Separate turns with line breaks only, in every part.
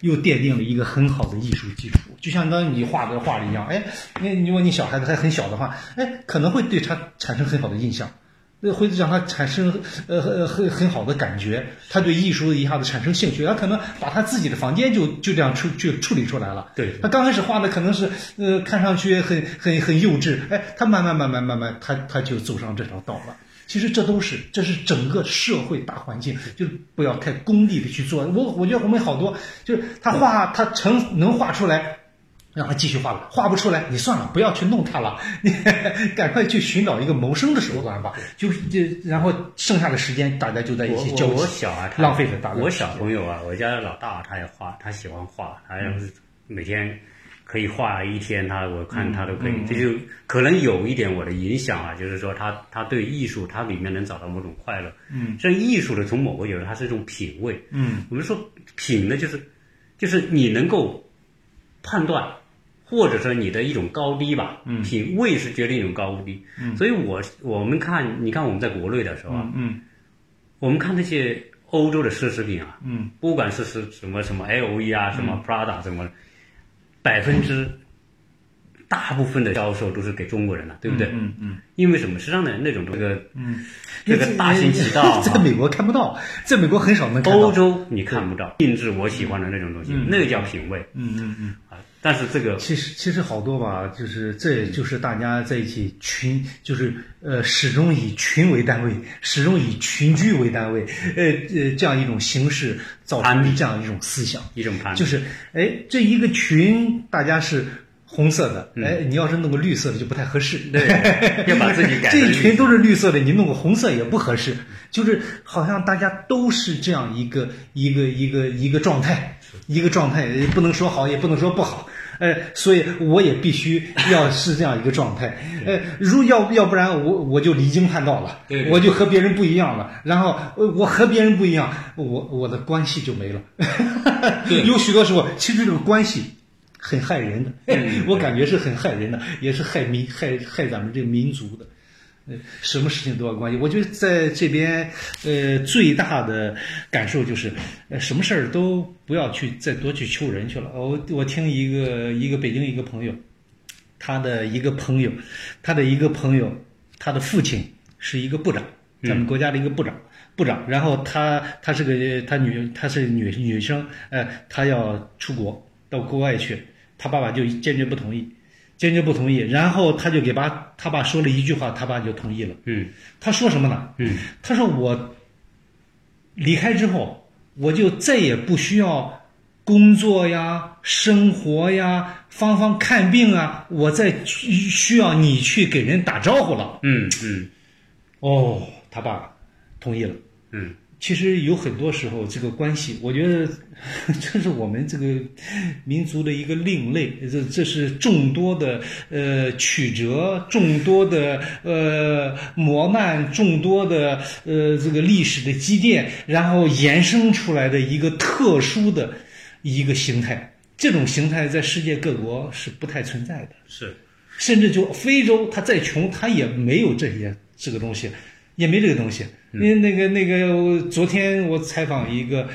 又奠定了一个很好的艺术基础。就相当于你画个画一样，哎，那如果你小孩子还很小的话，哎，可能会对他产生很好的印象，那会让他产生呃呃很很好的感觉，他对艺术一下子产生兴趣，他可能把他自己的房间就就这样处就处理出来了。
对
他刚开始画的可能是呃看上去很很很幼稚，哎，他慢慢慢慢慢慢，他他就走上这条道了。其实这都是，这是整个社会大环境，就是不要太功利的去做。我我觉得我们好多就是他画他成能画出来，让他继续画吧，画不出来你算了，不要去弄他了， 你赶快去寻找一个谋生的手段吧。就是这，然后剩下的时间大家就在一
我
起交
我我
集。
小啊，他
浪费了大量的
我
时间
小朋友啊，我家老大他也画，他喜欢画，他要
嗯
是每天可以画一天，他我看他都可以。
嗯
这就可能有一点我的影响啊，就是说他他对艺术，他里面能找到某种快乐。
嗯，
像艺术的从某个角度，它是一种品味。
嗯，
我们说品呢，就是就是你能够判断。或者说你的一种高低吧，嗯、品味是决定一种高低，嗯、所以我我们看，你看我们在国内的时候啊，
嗯
我们看那些欧洲的奢侈品啊，
嗯，
不管是是什么什么 L V 啊，什么 Prada 什么，百分之大部分的销售都是给中国人了，对不对？
嗯嗯，
因为什么？实际上呢，那种这个，嗯，这个
因为
大行其道啊，
在美国看不到，在美国很少能看到。
欧洲你看不到，定制我喜欢的那种东西，那个叫品味
嗯嗯嗯。
啊。但是这个
其实其实好多吧，就是这
嗯
也就是大家在一起群，就是呃，始终以群为单位，始终以群居为单位，呃呃，这样一种形式造成的这样一种思想。
一种攀比，
就是哎，这一个群大家是红色的，哎，你要是弄个绿色的就不太合适。
嗯对，要把自己 改
这
成
一群都是绿色的，你弄个红色也不合适。就是好像大家都是这样一个一个一个一个状态，一个状态，也不能说好，也不能说不好。呃，所以我也必须要是这样一个状态。呃，如要要不然我我就离经叛道了，
对对
我就和别人不一样了。然后呃我和别人不一样，我我的关系就没了。
对
有许多时候，其实这个关系很害人的，我感觉是很害人的，也是害民害害咱们这个民族的。呃什么事情都要关系，我觉得在这边，呃，最大的感受就是，呃，什么事儿都不要去再多去求人去了。我我听一个一个北京一个朋友，他的一个朋友，他的一个朋友，他的父亲是一个部长，咱们国家的一个部长，部长。然后他他是个他女他是女女生，呃，她要出国到国外去，他爸爸就坚决不同意，坚决不同意。然后他就给爸他爸说了一句话，他爸就同意了。
嗯
他说什么呢？
嗯，
他说我离开之后，我就再也不需要工作呀、生活呀、芳芳看病啊，我再需需要你去给人打招呼了。
嗯嗯
哦，他爸同意了。
嗯，
其实有很多时候，这个关系，我觉得 这是我们这个民族的一个另类，这这是众多的呃曲折、众多的呃磨难、众多的呃这个历史的积淀，然后延伸出来的一个特殊的一个形态。这种形态在世界各国是不太存在的。
是
甚至就非洲，它再穷，它也没有这些这个东西，也没这个东西。
嗯
因为那个那个，我昨天我采访一个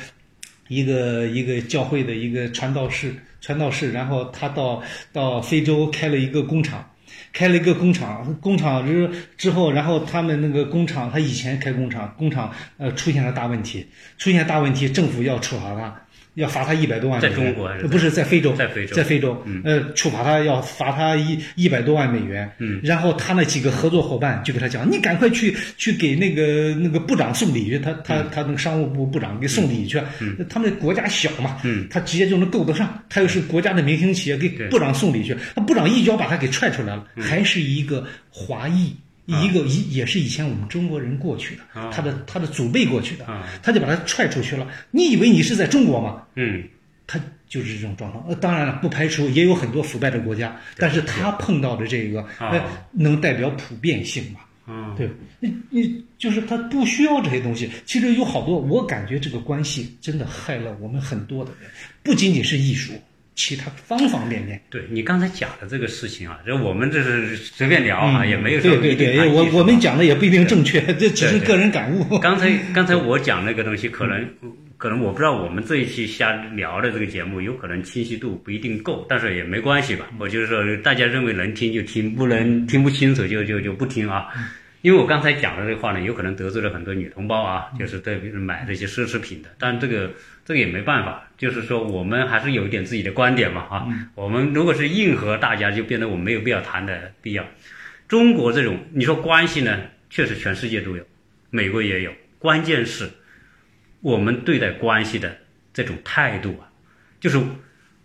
一个一个教会的一个传道士，传道士，然后他到到非洲开了一个工厂。开了一个工厂，工厂之之后，然后他们那个工厂，他以前开工厂，工厂呃出现了大问题，出现大问题，政府要处罚他，要罚他一百多万美
在
元。呃
中国还是在
不是在非洲？
在非洲嗯
在非洲，呃，处罚他要罚他一一百多万美元，嗯，然后他那几个合作伙伴就给他讲，你赶快去去给那个那个部长送礼去，他他、
嗯
他那个商务部部长给送礼去，啊他们国家小嘛，
嗯，
他直接就能够得上，他又是国家的明星企业，给部长送礼去，他部长一脚把他给踹出来
嗯
了，还是一个华裔。一个一也是以前我们中国人过去的，
啊
他的他的祖辈过去的，
啊
他就把他踹出去了。你以为你是在中国吗？
嗯
他就是这种状况。呃，当然了，不排除也有很多腐败的国家，但是他碰到的这个，呃
啊，
能代表普遍性嘛？
嗯
对，你你就是他不需要这些东西。其实有好多，我感觉这个关系真的害了我们很多的人，不仅仅是艺术，其他方方面面。
对你刚才讲的这个事情啊，这我们这是随便聊啊，
嗯
也没有
对
说
对
一定
对，
谈
我
技术
我
啊
们讲的也不一定正确，这只是
对对
个人感悟。
刚才刚才我讲那个东西，可能可能我不知道我们这一期瞎聊的这个节目，有可能清晰度不一定够，但是也没关系吧。我就是说，大家认为能听就听，不能听不清楚就就就不听啊。因为我刚才讲的这话呢，有可能得罪了很多女同胞啊，就是对买这些奢侈品的，但这个这个也没办法，就是说我们还是有一点自己的观点嘛啊。我们如果是硬核大家，就变得我没有必要谈的必要。中国这种你说关系呢，确实全世界都有，美国也有，关键是。我们对待关系的这种态度啊，就是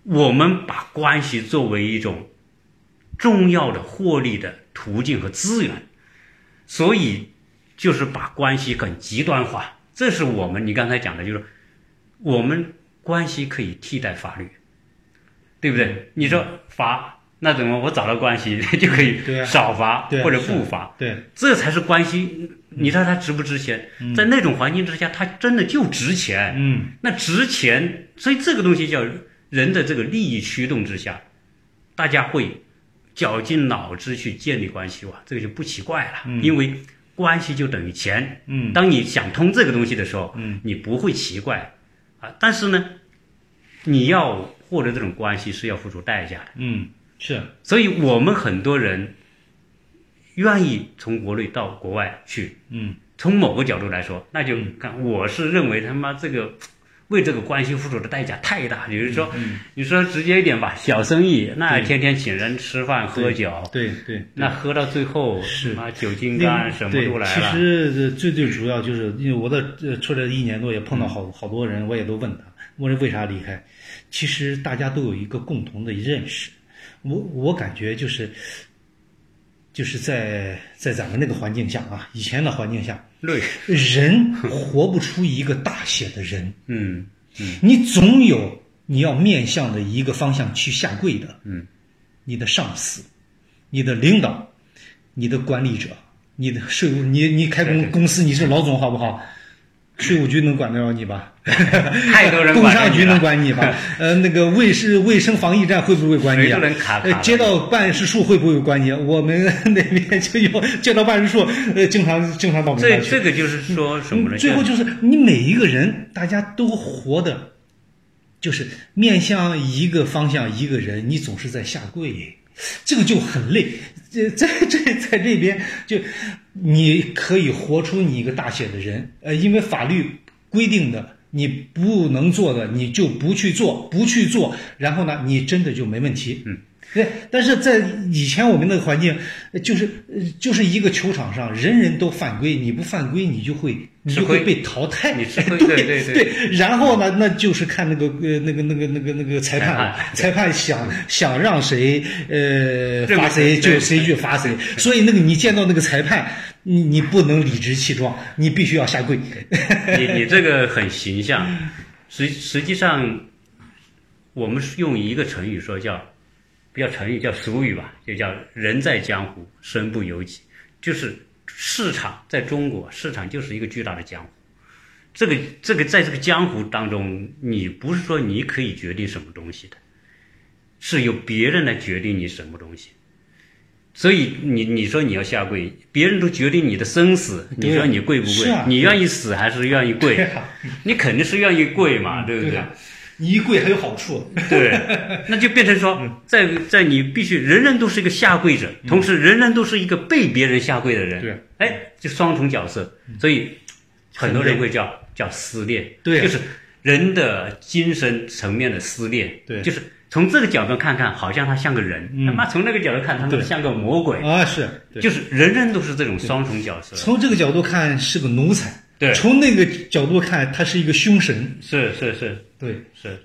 我们把关系作为一种重要的获利的途径和资源，所以就是把关系很极端化。这是我们你刚才讲的，就是我们关系可以替代法律，对不对？你说罚那怎么？我找到关系 就可以
对啊
少罚
对啊嗯
或者
是
不罚，
对，
这才是关系。你看它值不值钱？在那种环境之下，它真的就值钱。
嗯，
那值钱，所以这个东西叫人的这个利益驱动之下，大家会绞尽脑汁去建立关系哇，这个就不奇怪了，因为关系就等于钱。
嗯，
当你想通这个东西的时候，
嗯，
你不会奇怪啊。但是呢，你要获得这种关系是要付出代价的。
嗯，是，
所以我们很多人愿意从国内到国外去，
嗯，
从某个角度来说，那就看我是认为他妈这个为这个关系付出的代价太大，比如
嗯
说，你说直接一点吧，小生意那天天请人吃饭喝酒，
对对。
那喝到最后
是
妈酒精
那
肝什么
对
都来
其
了，
实呃最最主要就是因为我在呃出来一年多，也碰到好好多人，我也都问他，问人为啥离开。其实大家都有一个共同的认识，我我感觉就是，就是在在咱们那个环境下啊，以前的环境下，
对，
人活不出一个大写的人，
嗯
你总有你要面向的一个方向去下跪的，
嗯，
你的上司、你的领导、你的管理者、你的税务，你你开
对对
公公司你是老总好不好？税务局能管得了你吧？
太多人
工
管
商
着你
局
了
能管你 吧？呃，那个卫生卫生防疫站会不会管你
谁
啊
都能卡？
呃
卡，
街道办事处会不会管你啊？我们 那边就有街道办事处，呃，经常经常到我们那
这
儿去。
这个就是说什么呢？
嗯最后就是你每一个人，大家都活的，就是面向一个方向，一个人，你总是在下跪，这个就很累。这在这在这边，就你可以活出你一个大写的人，呃，因为法律规定的。你不能做的，你就不去做，不去做，然后呢，你真的就没问题。嗯，对。但是在以前我们那个环境，呃就是呃就是一个球场上，人人都犯规，你不犯规，你就会你
吃
就会
亏
被淘汰，
你吃亏
对
对对
对
对
然后呢，那就是看那个呃那个那个那个那个裁判了，裁判想想让谁呃
嗯认为
罚谁
谁
就
对
谁去罚谁，所以那个你见到那个裁判，你你不能理直气壮，你必须要下跪。
你 你这个很形象，实实际上，我们是用一个成语说叫，不叫成语叫俗语吧，就叫人在江湖身不由己，就是市场在中国市场就是一个巨大的江湖，这个这个在这个江湖当中，你不是说你可以决定什么东西的，是由别人来决定你什么东西。所以你你说你要下跪，别人都决定你的生死，你
对
说你跪不
是
跪？
啊
你愿意死还是愿意跪？
对啊
你肯定是愿意跪嘛，对不
对啊你一跪还有好 处，
对，那就变成
嗯
说，在在你必须人人都是一个下跪者，同时人人都是一个被别人下跪的人。
对，啊嗯
哎，就双重角色，所以很多人会叫叫撕裂，
对啊
就是人的精神层面的撕裂，
对嗯
就是从这个角度看看，好像他像个人，他妈从那个角度看，他妈
对
像个魔鬼，
啊，是对。
就是人人都是这种双重角色。
从这个角度看是个奴才，
对
从那个角度看他是一个凶神，
是是是，
对，
是，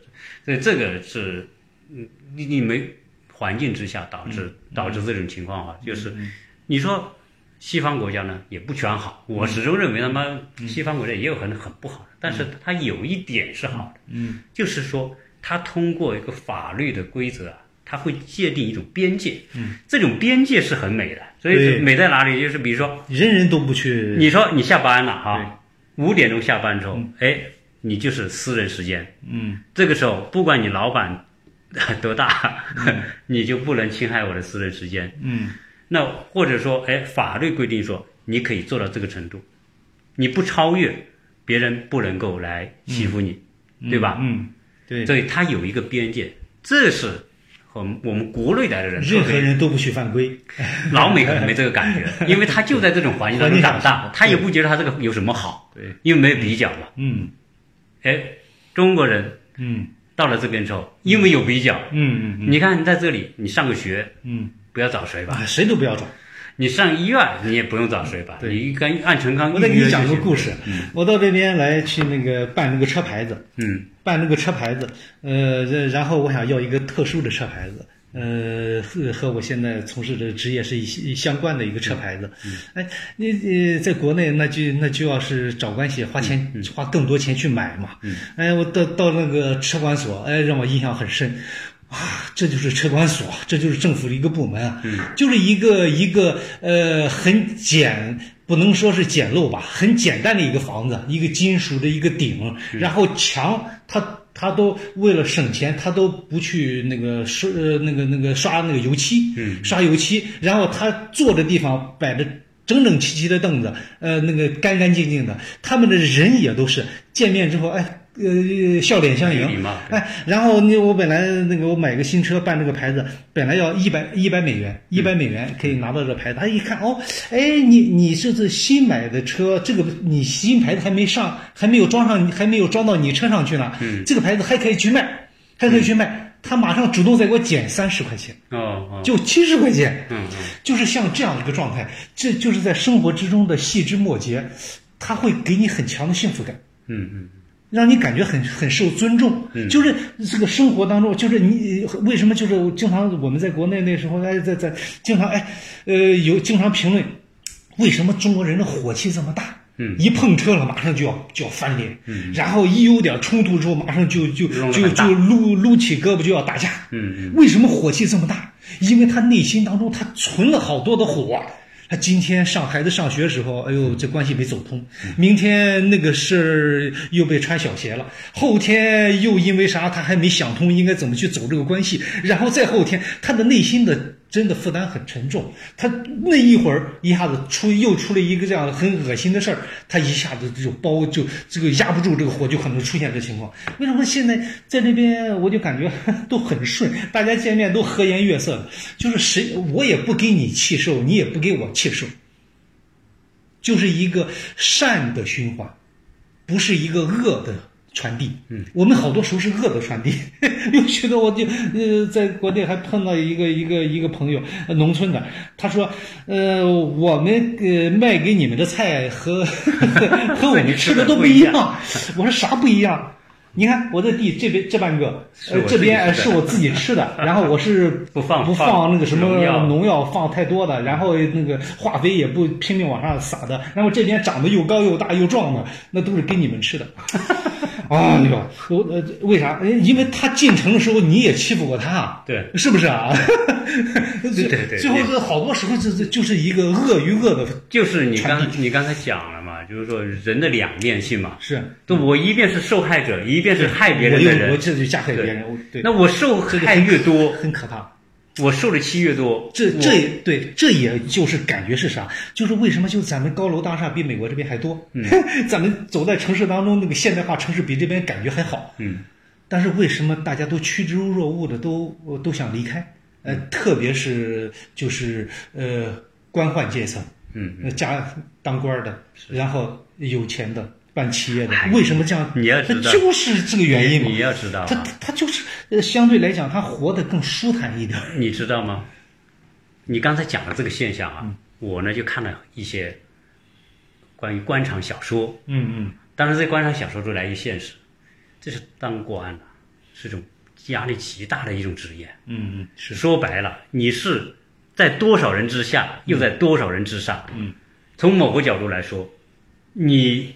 所以这个是，嗯，你你没环境之下导致、导致这种情况啊，就是、你说西方国家呢也不全好，我始终认为他妈西方国家也有很很不好的，但是它有一点是好的，嗯，就是说它通过一个法律的规则啊。它会界定一种边界，嗯，这种边界是很美的，所以
对
美在哪里？就是比如说，
人人都不去，
你说你下班了哈，五点钟下班之后，哎，你就是私人时间。
嗯，
这个时候，不管你老板 多大， 你就不能侵害我的私人时间。
嗯，
那或者说，哎，法律规定说你可以做到这个程度，你不超越，别人不能够来欺负你，
嗯
对吧？
嗯，对，
所以它有一个边界，这是我们我们国内来的人特别，
任何人都不许犯规，
老美可能没这个 感觉，因为他就在这种环境当中长大，他也不觉得他这个有什么好，
对，
因为没有比较嘛。
嗯
哎，中国人
嗯
到了这边之后，因为有比较，
嗯嗯
你看你在这里，你上个学
嗯，
不要找谁吧，
啊，谁都不要找。
你上医院你也不用找谁吧，
对
你跟按陈刚
我再给
预约嗯
你讲
就
个
行
故事，我到这边来去那个办那个车牌子，
嗯
办那个车牌子，呃，这然后我想要一个特殊的车牌子，呃，和和我现在从事的职业是一一相关的一个车牌子。
嗯
哎，你你在国内那就那就要是找关系，花钱、
嗯
花更多钱去买嘛。哎，我到到那个车管所，哎，让我印象很深。啊，这就是车管所，这就是政府的一个部门啊，
嗯
就是一个一个呃很简，不能说是简陋吧，很简单的一个房子，一个金属的一个顶，然后墙它。它都为了省钱，它都不去那个刷呃那个那个刷那个油漆，
嗯
刷油漆，然后他坐的地方摆的整整齐齐的凳子，呃，那个干干净净的，他们的人也都是见面之后，哎，呃，笑脸相
有
迎
礼貌，
哎，然后呢，我本来那个我买个新车办这个牌子，本来要一百一百美元，一百
嗯
美元可以拿到这牌子，他一看哦，哎，你你这次新买的车，这个你新牌子还没上，还没有装上，还没有装到你车上去呢，
嗯
这个牌子还可以去卖，还可以去卖，他马上主动再给我减三十块钱，
哦哦
就七十块钱，
嗯
就是像这样一个状态，这就是在生活之中的细枝末节，它会给你很强的幸福感。
嗯嗯
让你感觉很很受尊重，
嗯
就是这个生活当中，就是你为什么就是经常我们在国内那时候，哎，在在经常哎，呃，有经常评论，为什么中国人的火气这么大？
嗯
一碰车了，马上就要就要翻脸，然后一有点冲突之后，马上就就
弄得
就
很大
就撸撸起胳膊就要打架，
嗯
为什么火气这么大？因为他内心当中他存了好多的火。啊他今天上孩子上学时候，哎
嗯
呦，这关系没走通。明天那个事儿又被穿小鞋了，后天又因为啥他还没想通应该怎么去走这个关系，然后再后天他的内心的真的负担很沉重。他那一会儿一下子出又出了一个这样很恶心的事儿，他一下子就包就这个压不住这个火，就可能出现这情况。为什么现在在这边我就感觉 都很顺，大家见面都和颜悦色的，就是谁我也不给你气受，你也不给我气受，就是一个善的循环，不是一个恶的传递。嗯，我们好多时候是恶的传递。 有许多我就呃，在国内还碰到一个一个一个朋友，呃农村的，他说，呃，我们呃卖给你们的菜和 和我们吃的都不一样。我说啥不一样？你看我这地这边这半个，
是
呃
我自己
这边呃
吃的
是我自己吃的，然后我是
不放
不
放
那个什么
农药
农药放太多的，然后那个化肥也不拼命往上撒的，然后这边长得又高又大又壮的，那都是给你们吃 的。哎呦，我呃为啥？哎因为他进城的时候你也欺负过他，
对，
是不是 啊？
对对对
最后这好多时候就是就是一个恶与恶的，
就是你刚你刚才讲了嘛，就是说人的两面性嘛，
是
就我一边是受害者，一边是害别人
我
的
嗯又我
人，
这就加害别人，我对，
那我受害越多，
很可怕。
我受的气越多，
这
我
这对，这也就是感觉是啥？就是为什么就咱们高楼大厦比美国这边还多？
嗯
咱们走在城市当中，那个现代化城市比这边感觉还好。
嗯
但是为什么大家都趋之若鹜的都都想离开？呃，
嗯
特别是就是呃官宦阶层，
嗯，
呃家当官的，然后有钱的，办企业的
哎，
为什么这样？
你要知道
就是这个原因嘛。
你要知道啊，
他他就是呃，相对来讲，他活得更舒坦一点。
你知道吗？你刚才讲的这个现象啊，我呢就看了一些关于官场小说，
嗯嗯。
当然这官场小说都来于现实，这是当官啊，是种压力极大的一种职业。
嗯嗯，是
说白了，你是在多少人之下，又在多少人之上。
嗯，
从某个角度来说，你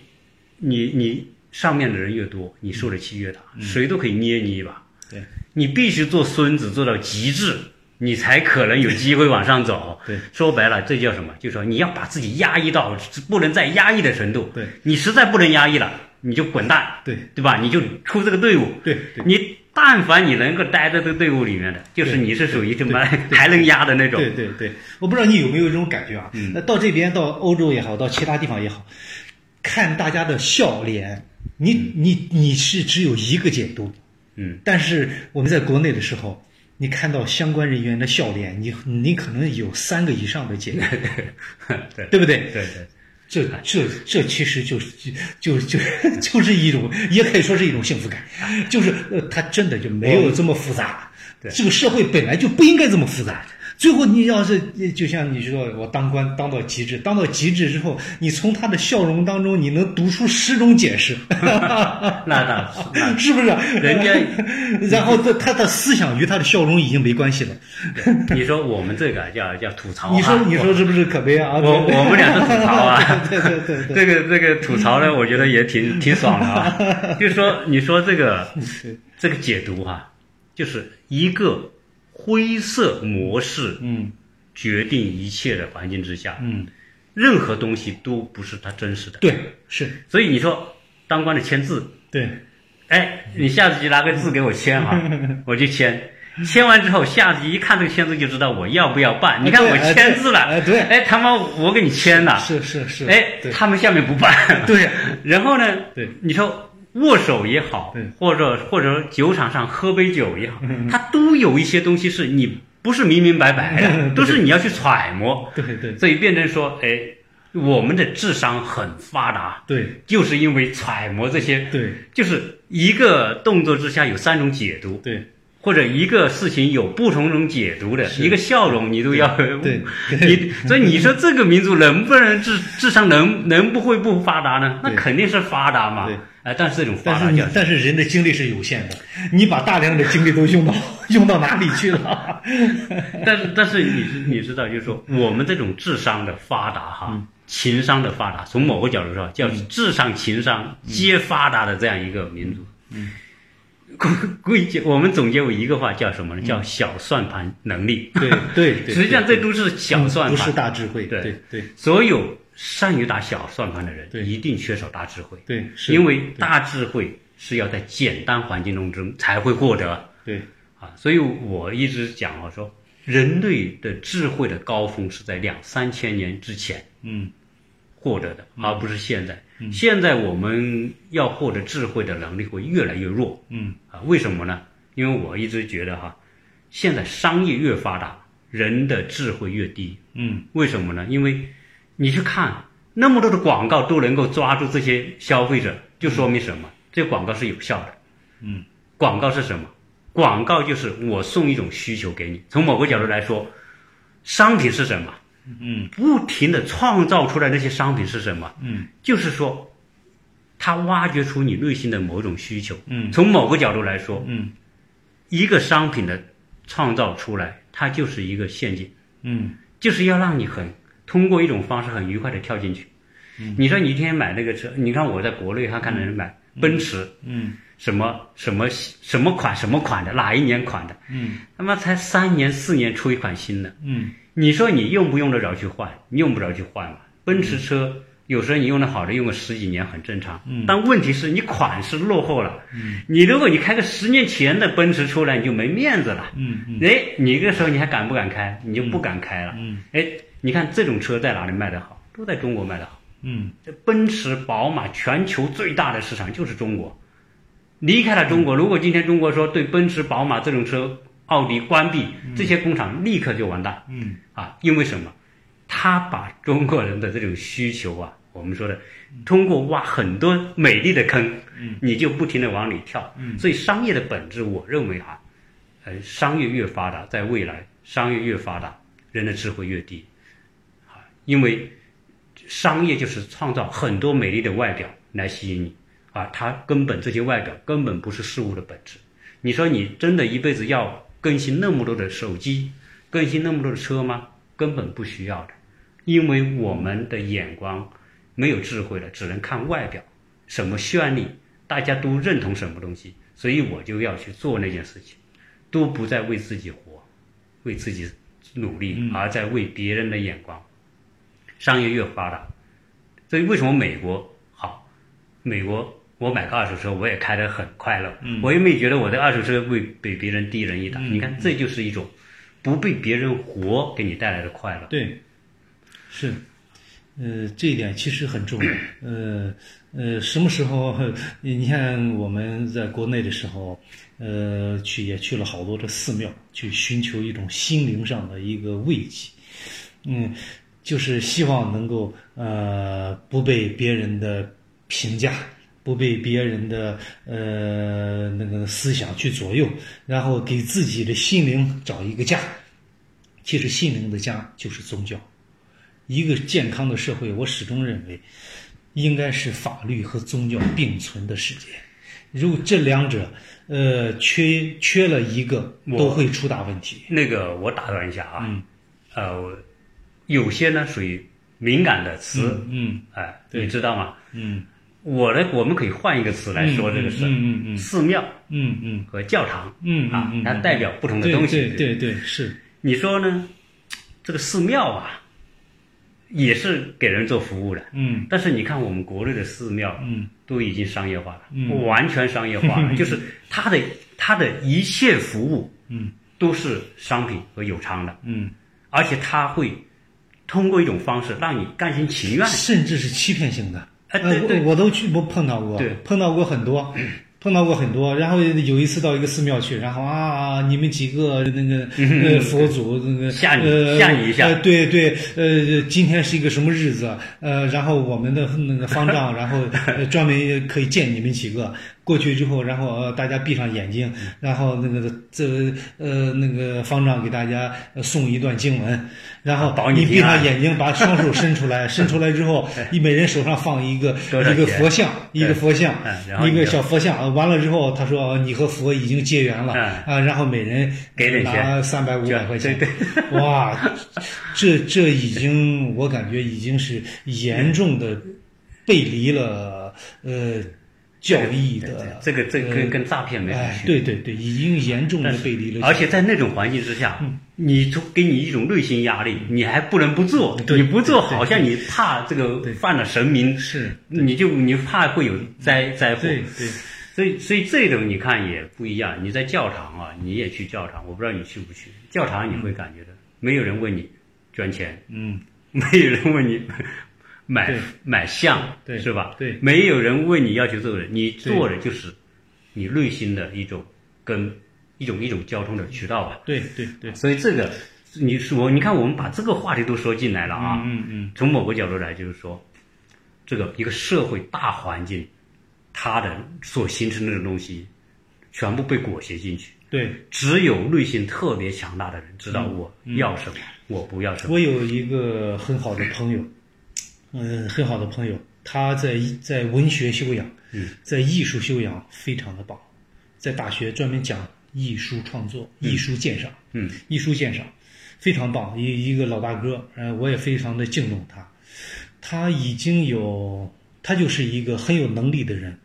你你上面的人越多，你受的气越大，谁都可以捏你一把。
嗯对，
你必须做孙子做到极致，你才可能有机会往上走。
对，
说白了，这叫什么？就是说你要把自己压抑到不能再压抑的程度。
对，
你实在不能压抑了，你就滚蛋。
对
对吧？你就出这个队伍。
对对
你但凡你能够待在这个队伍里面的，就是你是属于什么 还能压的那种。嗯
对对对，我不知道你有没有这种感觉啊？那到这边到欧洲也好，到其他地方也好，看大家的笑脸，你你你是只有一个解读，
嗯，
但是我们在国内的时候，你看到相关人员的笑脸，你你可能有三个以上的 解读，
对
对不对？
对对，
这这这其实就是就就就是一种，也可以说是一种幸福感，就是呃，它真的就没有这么复杂。
对
这个社会本来就不应该这么复杂。最后你要是就像你说，我当官当到极致，当到极致之后，你从他的笑容当中，你能读出十种解释，
那那是 那
是不是？
嗯人家
然后他他的思想与他的笑容已经没关系了。
对你说我们这个叫叫吐槽啊，
你说你说是不是可悲啊？
我我我们俩是吐槽啊，
对对对对
这个这个吐槽呢，我觉得也挺挺爽的啊。就是说，你说 这个
对
这个解读哈、就是一个灰色模式
嗯
决定一切的环境之下，
嗯，
任何东西都不是它真实的。
对是，
所以你说当官的签字，
对
哎，你下次就拿个字给我签 哈、我就签。签完之后，下次一看这个签字就知道我要不要办。你看
对
我
哎
签字了，
对哎对
哎他妈我给你签了，
是是是，
哎
对
他们下面不办，
对
然后呢，
对，
你说握手也好
对，嗯
或者或者酒场上喝杯酒也好，它都有一些东西是你不是明明白白 的，都是你要去揣摩，
对对
所以变成说，哎，我们的智商很发达，
对
就是因为揣摩这些，
对
就是一个动作之下有三种解读。
对
或者一个事情有不同种解读的，
是
一个笑容你都要，
对
你所以你说这个民族能不能智智商能能不会不发达呢？那
对
肯定是发达嘛
对。
哎，但是这种发
但是
达
你
叫
但是人的精力是有限的，你把大量的精力都用到用到哪里去了？
但是但是你知你知道，就是说
嗯
我们这种智商的发达哈，情商的发达，从某个角度说叫
嗯
智商情商皆发达的这样一个民族。嗯，归结我们总结为一个话叫什么呢？叫小算盘能力。
嗯对 对 对，嗯
实际上这都是小算
不
盘
是，大智慧，
对
对对
所有善于打小算盘的人
对
一定缺少大智慧，
对，是
因为大智慧是要在简单环境中中才会获得。
对
啊，所以我一直讲我说，人类的智慧的高峰是在两三千年之前
嗯
获得的，而不是现在。现在我们要获得智慧的能力会越来越弱
嗯
啊？为什么呢？因为我一直觉得哈，现在商业越发达，人的智慧越低。
嗯
为什么呢？因为你去看那么多的广告都能够抓住这些消费者，就说明什么？这广告是有效的。
嗯，
广告是什么？广告就是我送一种需求给你。从某个角度来说，商品是什么？
嗯
不停的创造出来那些商品是什么？
嗯
就是说，它挖掘出你内心的某种需求。
嗯
从某个角度来说，
嗯
一个商品的创造出来，它就是一个陷阱。
嗯
就是要让你很通过一种方式很愉快的跳进去。你说你今天买那个车，你看我在国内还看到人买奔驰，
嗯
什么什么什么款什么款的，哪一年款的，
嗯
他妈才三年四年出一款新的，
嗯
你说你用不用得着去换？你用不着去换嘛。奔驰车有时候你用的好的，用个十几年很正常。
嗯
但问题是你款式落后了。你如果你开个十年前的奔驰出来，你就没面子了。
嗯
哎，你这个时候你还敢不敢开？你就不敢开了。
嗯
哎，你看这种车在哪里卖得好？都在中国卖得好。
嗯
这奔驰、宝马，全球最大的市场就是中国。离开了中国，如果今天中国说对奔驰、宝马这种车，奥迪关闭这些工厂，立刻就完蛋
嗯
啊！因为什么？他把中国人的这种需求啊，我们说的，通过挖很多美丽的坑，你就不停的往里跳。所以商业的本质，我认为啊，呃，商业越发达，在未来商业越发达，人的智慧越低，啊，因为商业就是创造很多美丽的外表来吸引你，啊，它根本这些外表根本不是事物的本质。你说你真的一辈子要更新那么多的手机，更新那么多的车吗？根本不需要的，因为我们的眼光没有智慧了，只能看外表，什么绚丽，大家都认同什么东西，所以我就要去做那件事情，都不再为自己活，为自己努力，而在为别人的眼光。商业越发达，所以为什么美国好？美国我买个二手车，我也开得很快乐，
嗯
我也没觉得我的二手车会比别人低人一等。你看，这
嗯
就是一种不被别人活给你带来的快乐。
对，是，呃，这一点其实很重要。呃呃，什么时候？你看我们在国内的时候，呃，去也去了好多的寺庙，去寻求一种心灵上的一个慰藉。嗯，就是希望能够呃不被别人的评价，不被别人的呃那个思想去左右，然后给自己的心灵找一个家。其实心灵的家就是宗教。一个健康的社会，我始终认为，应该是法律和宗教并存的世界。如果这两者，呃，缺缺了一个，
我
都会出大问题。
那个我打断一下啊，
嗯
呃，有些呢属于敏感的词，
嗯
哎，
对
你知道吗？
嗯，
我呢，我们可以换一个词来说这个事儿，
嗯嗯嗯
寺庙
嗯嗯
和教堂
嗯
啊
嗯，嗯，
它代表不同的
对
东西。
对对对，是，
你说呢？这个寺庙啊，也是给人做服务的，
嗯
但是你看我们国内的寺庙，
嗯
都已经商业化了，
嗯
完全商业化 了，就是它的它的一切服务
嗯
都是商品和有偿的，
嗯，
而且它会通过一种方式让你甘心情愿。
甚至是欺骗性的。
哎
呃
对对
我我都去我碰到过
对，
碰到过很 多。碰到过很多，然后有一次到一个寺庙去，然后啊，你们几个那个呃佛祖那个
嗯吓你
呃
吓你一下
呃对对，呃，今天是一个什么日子？呃，然后我们的那个方 丈，然后呃专门可以见你们几个。过去之后，然后呃大家闭上眼睛，
嗯
然后那个这呃那个方丈给大家呃诵一段经文，然后
啊保你
你闭
平安
上眼睛，把双手伸出来，伸出来之后，一每人手上放一个
哎多少
一个
钱
佛像，一个佛像
嗯然后，
一
你
个
就
小佛像。呃完了之后，他说呃你和佛已经结缘了
嗯
啊，然后每人
给点钱
拿三百五百块钱
对，
哇，这这已经我感觉已经是严重的背离了呃教义的，
这个这个跟
呃
跟诈骗没什么
哎
区，别。
对对对，已经严重的背离了教义，
而且在那种环境之下，
嗯
你就给你一种内心压力，你还不能不做，
对
你不做好
对
像你怕这个犯了神明，
是嗯
你就你怕会有灾灾祸。
对对，
所以，所以这种你看也不一样。你在教堂啊，你也去教堂，我不知道你去不去教堂，你会感觉的，没有人问你捐钱，
嗯
没有人问你买
对
买像，
对
是吧？
对
没有人问你要求做的，你做的就是你内心的一种跟一种一种交通的渠道吧。
对对对，
所以这个，你说，你看我们把这个话题都说进来了啊，
嗯嗯。
从某个角度来，就是说，这个一个社会大环境，它的所形成的那种东西，全部被裹挟进去。
对，
只有内心特别强大的人知道我要什么，我不要什么。
我有一个很好的朋友，嗯，很好的朋友，他在在文学修养，
嗯，
在艺术修养非常的棒，在大学专门讲艺术创作、艺术鉴赏，
嗯，
艺术鉴赏非常棒，一一个老大哥，呃，我也非常的敬重他。他已经有，他就是一个很有能力的人，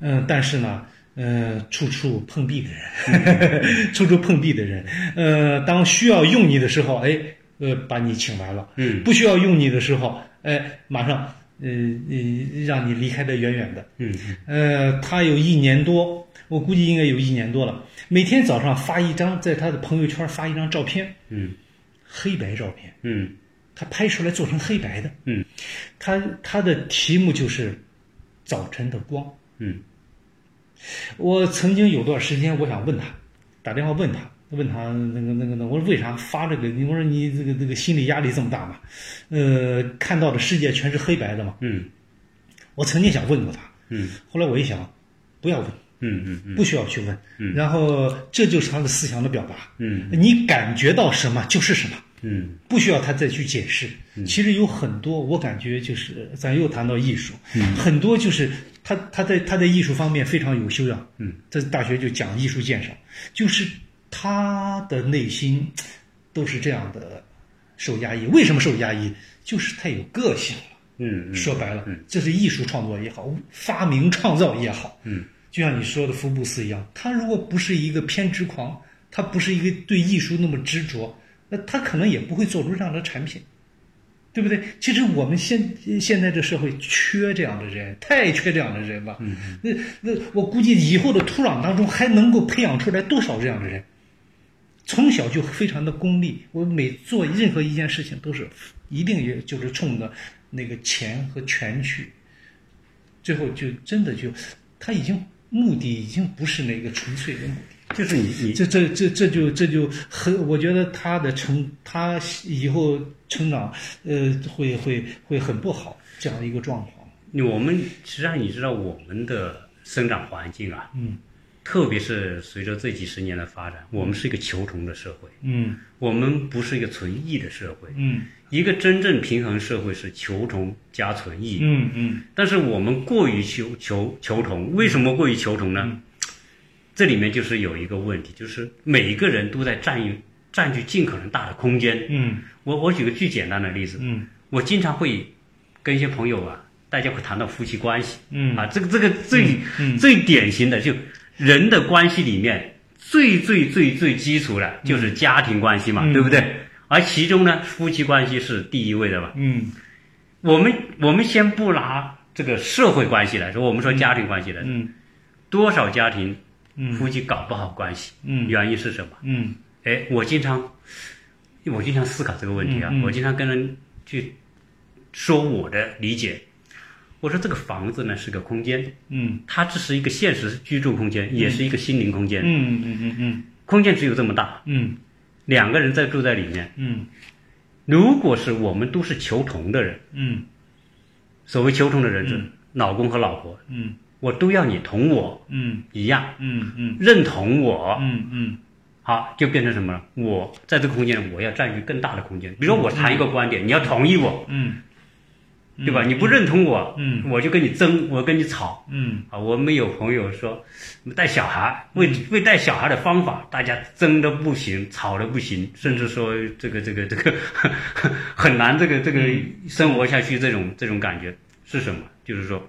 嗯、但是呢，呃，处处碰壁的
嗯
人， 处处碰壁的人，呃，当需要用你的时候，哎，呃，把你请来了，
嗯
不需要用你的时候，哎，马上，呃，呃让你离开的远远的，
嗯，
呃，他有一年多，我估计应该有一年多了，每天早上发一张，在他的朋友圈发一张照片，
嗯
黑白照片，
嗯
他拍出来做成黑白的，
嗯，
他他的题目就是早晨的光。
嗯
我曾经有段时间，我想问他，打电话问他，问他那个那个那个，我说为啥发这个？我说你这个这个心理压力这么大吗？呃，看到的世界全是黑白的嘛。
嗯
我曾经想问过他，
嗯
后来我一想，不要问，
嗯嗯
不需要去问。然后这就是他的思想的表达。
嗯
你感觉到什么就是什么。
嗯
不需要他再去解释。其实有很多，我感觉就是咱又谈到艺术，
嗯
很多就是他他在他在艺术方面非常有修养。
嗯，
在大学就讲艺术鉴赏，就是他的内心都是这样的受压抑。为什么受压抑？就是太有个性了。
嗯
说白了，这是艺术创作也好，发明创造也好，
嗯，
就像你说的福布斯一样，他如果不是一个偏执狂，他不是一个对艺术那么执着，那他可能也不会做出这样的产品，对不对？其实我们现现在这社会缺这样的人，太缺这样的人了。嗯，那那我估计以后的土壤当中还能够培养出来多少这样的人？从小就非常的功利，我每做任何一件事情都是一定也就是冲着那个钱和权去，最后就真的就他已经目的已经不是那个纯粹的目的。
就是你你
这这这这就这就很，我觉得他的成他以后成长，呃，会会会很不好这样一个状况。
你我们实际上你知道我们的生长环境啊，
嗯
特别是随着这几十年的发展，我们是一个求同的社会，
嗯
我们不是一个存异的社会。
嗯
一个真正平衡社会是求同加存异，
嗯嗯
但是我们过于求求求同，为什么过于求同呢？
嗯
这里面就是有一个问题，就是每一个人都在占有占据尽可能大的空间。
嗯
我我举个最简单的例子，
嗯
我经常会跟一些朋友啊，大家会谈到夫妻关系，
嗯
啊，这个这个最、
嗯
最典型的就人的关系里面最最最最基础的就是家庭关系嘛，
嗯
对不对？而其中呢，夫妻关系是第一位的嘛。
嗯
我们我们先不拿这个社会关系来说，我们说家庭关系来说，
嗯
多少家庭
嗯
夫妻搞不好关系，
嗯
原因是什么？
嗯
哎，我经常我经常思考这个问题啊，
嗯嗯
我经常跟人去说我的理解，我说这个房子呢是个空间，
嗯
它只是一个现实居住空间，也是一个心灵空间。
嗯嗯嗯
空间只有这么大，
嗯
两个人在住在里面。
嗯
如果是我们都是求同的人，
嗯
所谓求同的人是、老公和老婆，
嗯
我都要你同我
嗯
一样，
嗯嗯
认同我，
嗯嗯
好，就变成什么了？我在这个空间，我要占据更大的空间。比如说，我谈一个观点，你要同意我，
嗯
对吧？你不认同我，
嗯
我就跟你争，我跟你吵。
嗯
啊，我们有朋友说带小孩，为为带小孩的方法，大家争的不行，吵的不行，甚至说这个这个这个很难这个这个
嗯
生活下去，这种这种感觉是什么？就是说，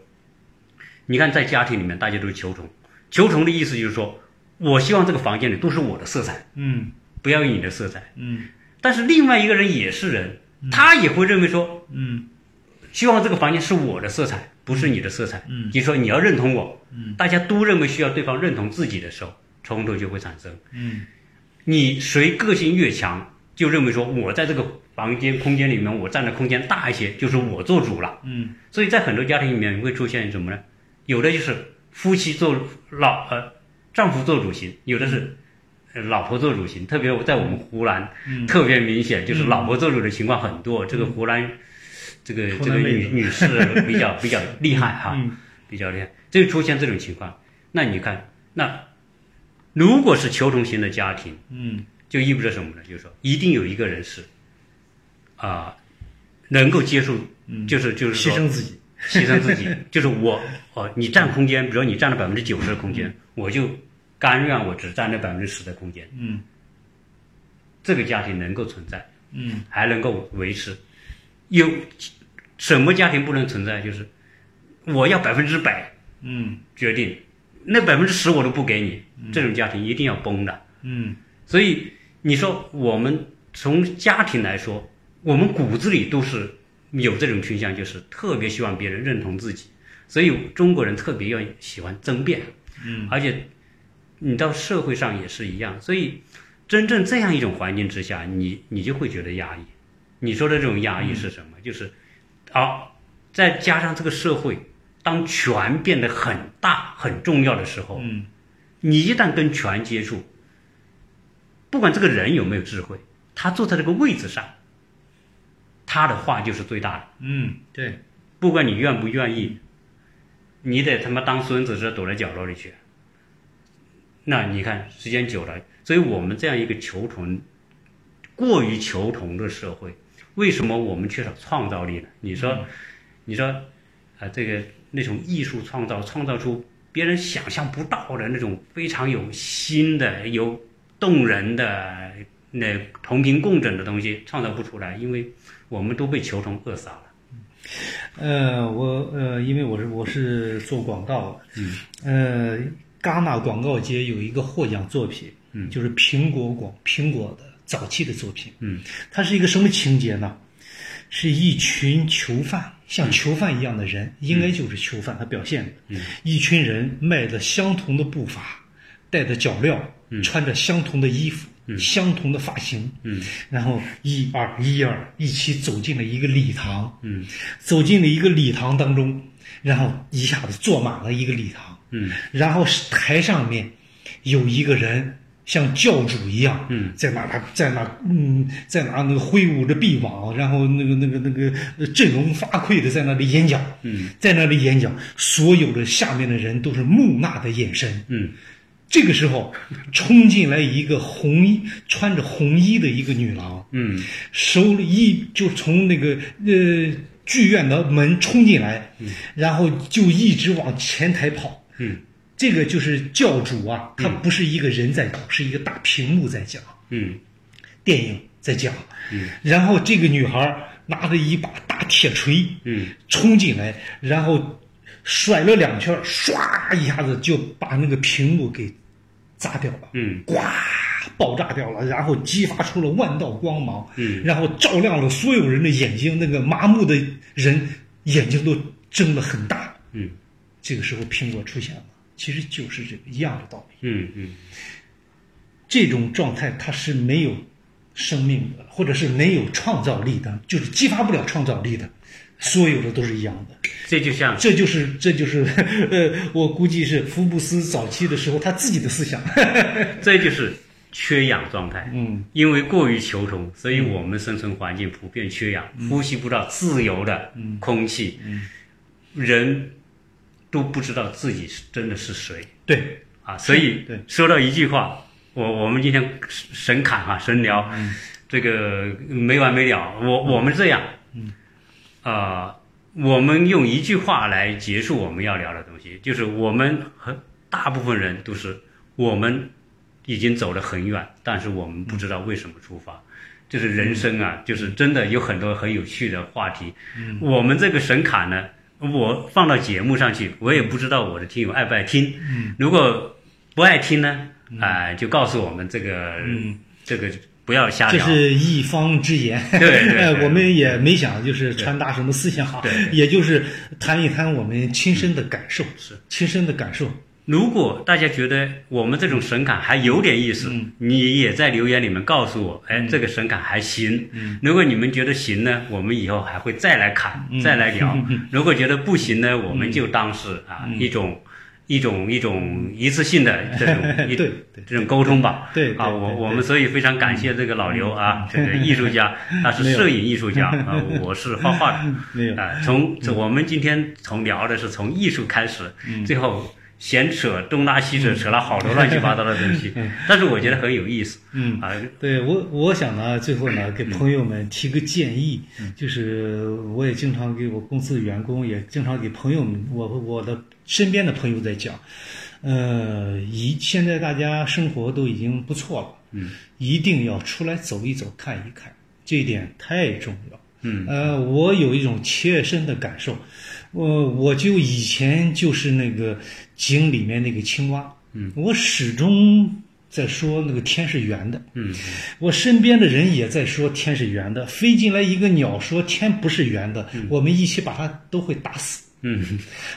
你看在家庭里面，大家都是求同，求同的意思就是说，我希望这个房间里都是我的色彩，
嗯
不要有你的色彩。
嗯
但是另外一个人也是人，他也会认为说，
嗯
希望这个房间是我的色彩，不是你的色彩。
嗯，
你说你要认同我，
嗯，
大家都认为需要对方认同自己的时候，冲突就会产生。
嗯
你谁个性越强，就认为说我在这个房间空间里面，我占的空间大一些，就是我做主了。
嗯
所以在很多家庭里面会出现什么呢？有的就是夫妻做老呃丈夫做主型，有的是呃老婆做主型。特别在我们湖南，
嗯
特别明显，就是老婆做主的情况很多。这个湖南，这个
湖
这
南
个
妹
女
子
女士比较比较厉害 哈，
嗯
比较厉害，就出现这种情况。那你看，那如果是求同型的家庭，
嗯
就意味着什么呢？就是说，一定有一个人是啊、能够接受，就是就是
嗯牺
说
牲自己，
牺牲 自己，就是我哦，你占空间，比如你占了百分之九十的空间，我就甘愿我只占了百分之十的空间，
嗯
这个家庭能够存在，
嗯
还能够维持。有什么家庭不能存在？就是我要百分之百
嗯
决定，那百分之十我都不给你，这种家庭一定要崩的。
嗯
所以你说我们从家庭来说，我们骨子里都是有这种倾向，就是特别希望别人认同自己，所以中国人特别要喜欢争辩，
嗯，
而且你到社会上也是一样，所以真正这样一种环境之下，你你就会觉得压抑。你说的这种压抑是什么？就是，啊，再加上这个社会，当权变得很大很重要的时候，
嗯
你一旦跟权接触，不管这个人有没有智慧，他坐在这个位置上，他的话就是最大的。
嗯对，
不管你愿不愿意，你得他妈当孙子是躲在角落里去。那你看，时间久了，所以我们这样一个求同、过于求同的社会，为什么我们缺少创造力呢？你说，你说，啊、这个那种艺术创造，创造出别人想象不到的那种非常有新的、有动人的、那同频共振的东西，创造不出来，因为我们都被求同扼杀了。
呃，我呃，因为我是我是做广告的，嗯，呃，戛纳广告节有一个获奖作品，嗯，就是苹果广苹果的早期的作品，
嗯，
它是一个什么情节呢？是一群囚犯，像囚犯一样的嗯人，应该就是囚犯，他表现的，嗯，一群人迈着相同的步伐，戴着脚镣，穿着相同的衣服，相同的发型，
嗯
然后一二一二一起走进了一个礼堂，
嗯
走进了一个礼堂当中，然后一下子坐满了一个礼堂，
嗯
然后台上面有一个人像教主一样，
嗯，
在那他在那嗯，在那那个挥舞着臂膀，然后那个那个那个呃振聋发聩的在那里演讲，
嗯
在那里演讲，所有的下面的人都是木讷的眼神。
嗯
这个时候，冲进来一个红衣穿着红衣的一个女郎，
嗯
手里一就从那个呃剧院的门冲进来，然后就一直往前台跑。
嗯
这个就是教主啊，他不是一个人在讲，是一个大屏幕在讲
嗯
电影在讲。然后这个女孩拿着一把大铁锤，
嗯
冲进来，然后甩了两圈，唰一下子就把那个屏幕给砸掉了，
嗯
呱爆炸掉了，然后激发出了万道光芒，
嗯
然后照亮了所有人的眼睛，那个麻木的人眼睛都睁得很大。
嗯
这个时候苹果出现了，其实就是这个一样的道理。
嗯嗯
这种状态它是没有生命的，或者是没有创造力的，就是激发不了创造力的，所有的都是一样的。
这就像
这就是这就是 呃，我估计是福布斯早期的时候他自己的思想。
这就是缺氧状态。
嗯，
因为过于求同，所以我们生存环境普遍缺氧，
嗯
呼吸不到自由的空气，人都不知道自己是真的是谁
对，
啊。所以
对
说到一句话，我我们今天神侃啊，神聊、
嗯
这个没完没了。我我们这样，
嗯
啊、我们用一句话来结束我们要聊的东西，就是我们和大部分人都是我们已经走了很远，但是我们不知道为什么出发。就是人生啊，就是真的有很多很有趣的话题。
嗯
我们这个神卡呢，我放到节目上去，我也不知道我的听友爱不爱听。
嗯
如果不爱听呢，啊、就告诉我们这个、这个不要瞎
嗯这
聊。
是一方之言。
对对对
呃我们也没想就是传达什么思想，
对对嗯
也就是谈一谈我们亲身的感受，
是
亲身的感受。
如果大家觉得我们这种神侃还有点意思，
嗯
你也在留言里面告诉我，哎，这个神侃还行。
嗯
如果你们觉得行呢，我们以后还会再来侃，
嗯
再来聊。 如果觉得不行呢，我们就当是啊、
嗯
一种一种一种一次性的这种 一
对对
这种沟通吧。
对对
啊，
对
我
对嗯
我们所以非常感谢这个老刘啊，这个艺 术家，他是摄影艺术家啊，我是画画的。
没有，
啊，从这我们今天从聊的是从艺术开始，最后闲扯东拉西扯，扯了好多乱七八糟的东西，但是我觉得很有意思。
嗯
啊，
对我，我想呢，最后呢，给朋友们提个建议，就是我也经常给我公司的员工，也经常给朋友们，我我的身边的朋友在讲，呃，一现在大家生活都已经不错了，嗯，一定要出来走一走，看一看，这一点太重要。
嗯，
呃，我有一种切身的感受，我我就以前就是那个井里面那个青蛙，嗯，我始终在说那个天是圆的，
嗯
我身边的人也在说天是圆的，飞进来一个鸟说天不是圆的，我们一起把它都会打死。
嗯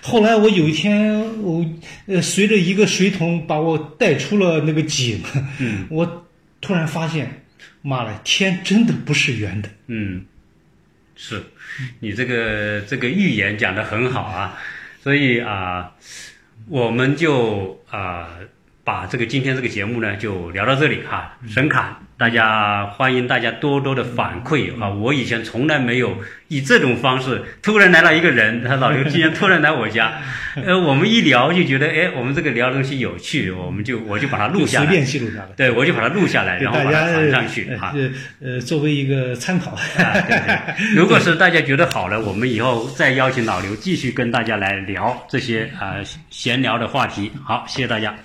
后来我有一天，我呃随着一个水桶把我带出了那个井，
嗯
我突然发现，妈了，天真的不是圆的。
嗯，是你这个这个预言讲得很好啊，所以啊，我们就啊把这个今天这个节目呢就聊到这里哈、神侃。大家欢迎大家多多的反馈啊！我以前从来没有以这种方式，突然来了一个人，他老刘今天突然来 我家，呃，我们一聊就觉得，哎，我们这个聊的东西有趣，我们就我就把它录
就
下
随
来，
便记录下来，
对，我就把它录下来，
给
然后
大
把
家
它传上去
呃
啊。
呃呃作为一个参考。
啊对对如果是大家觉得好了，我们以后再邀请老刘继续跟大家来聊这些啊、呃闲聊的话题。好，谢谢大家。